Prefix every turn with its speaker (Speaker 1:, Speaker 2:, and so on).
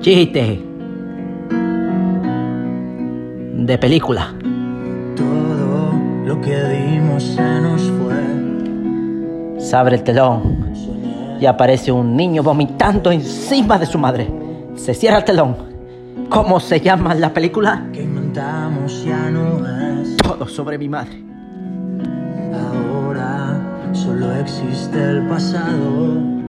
Speaker 1: Chiste. De película.
Speaker 2: Todo lo que dimos se nos fue.
Speaker 1: Se abre el telón y aparece un niño vomitando encima de su madre. Se cierra el telón. ¿Cómo se llama la película?
Speaker 2: Que inventamos ya no es.
Speaker 1: Todo sobre mi madre.
Speaker 2: Ahora solo existe el pasado.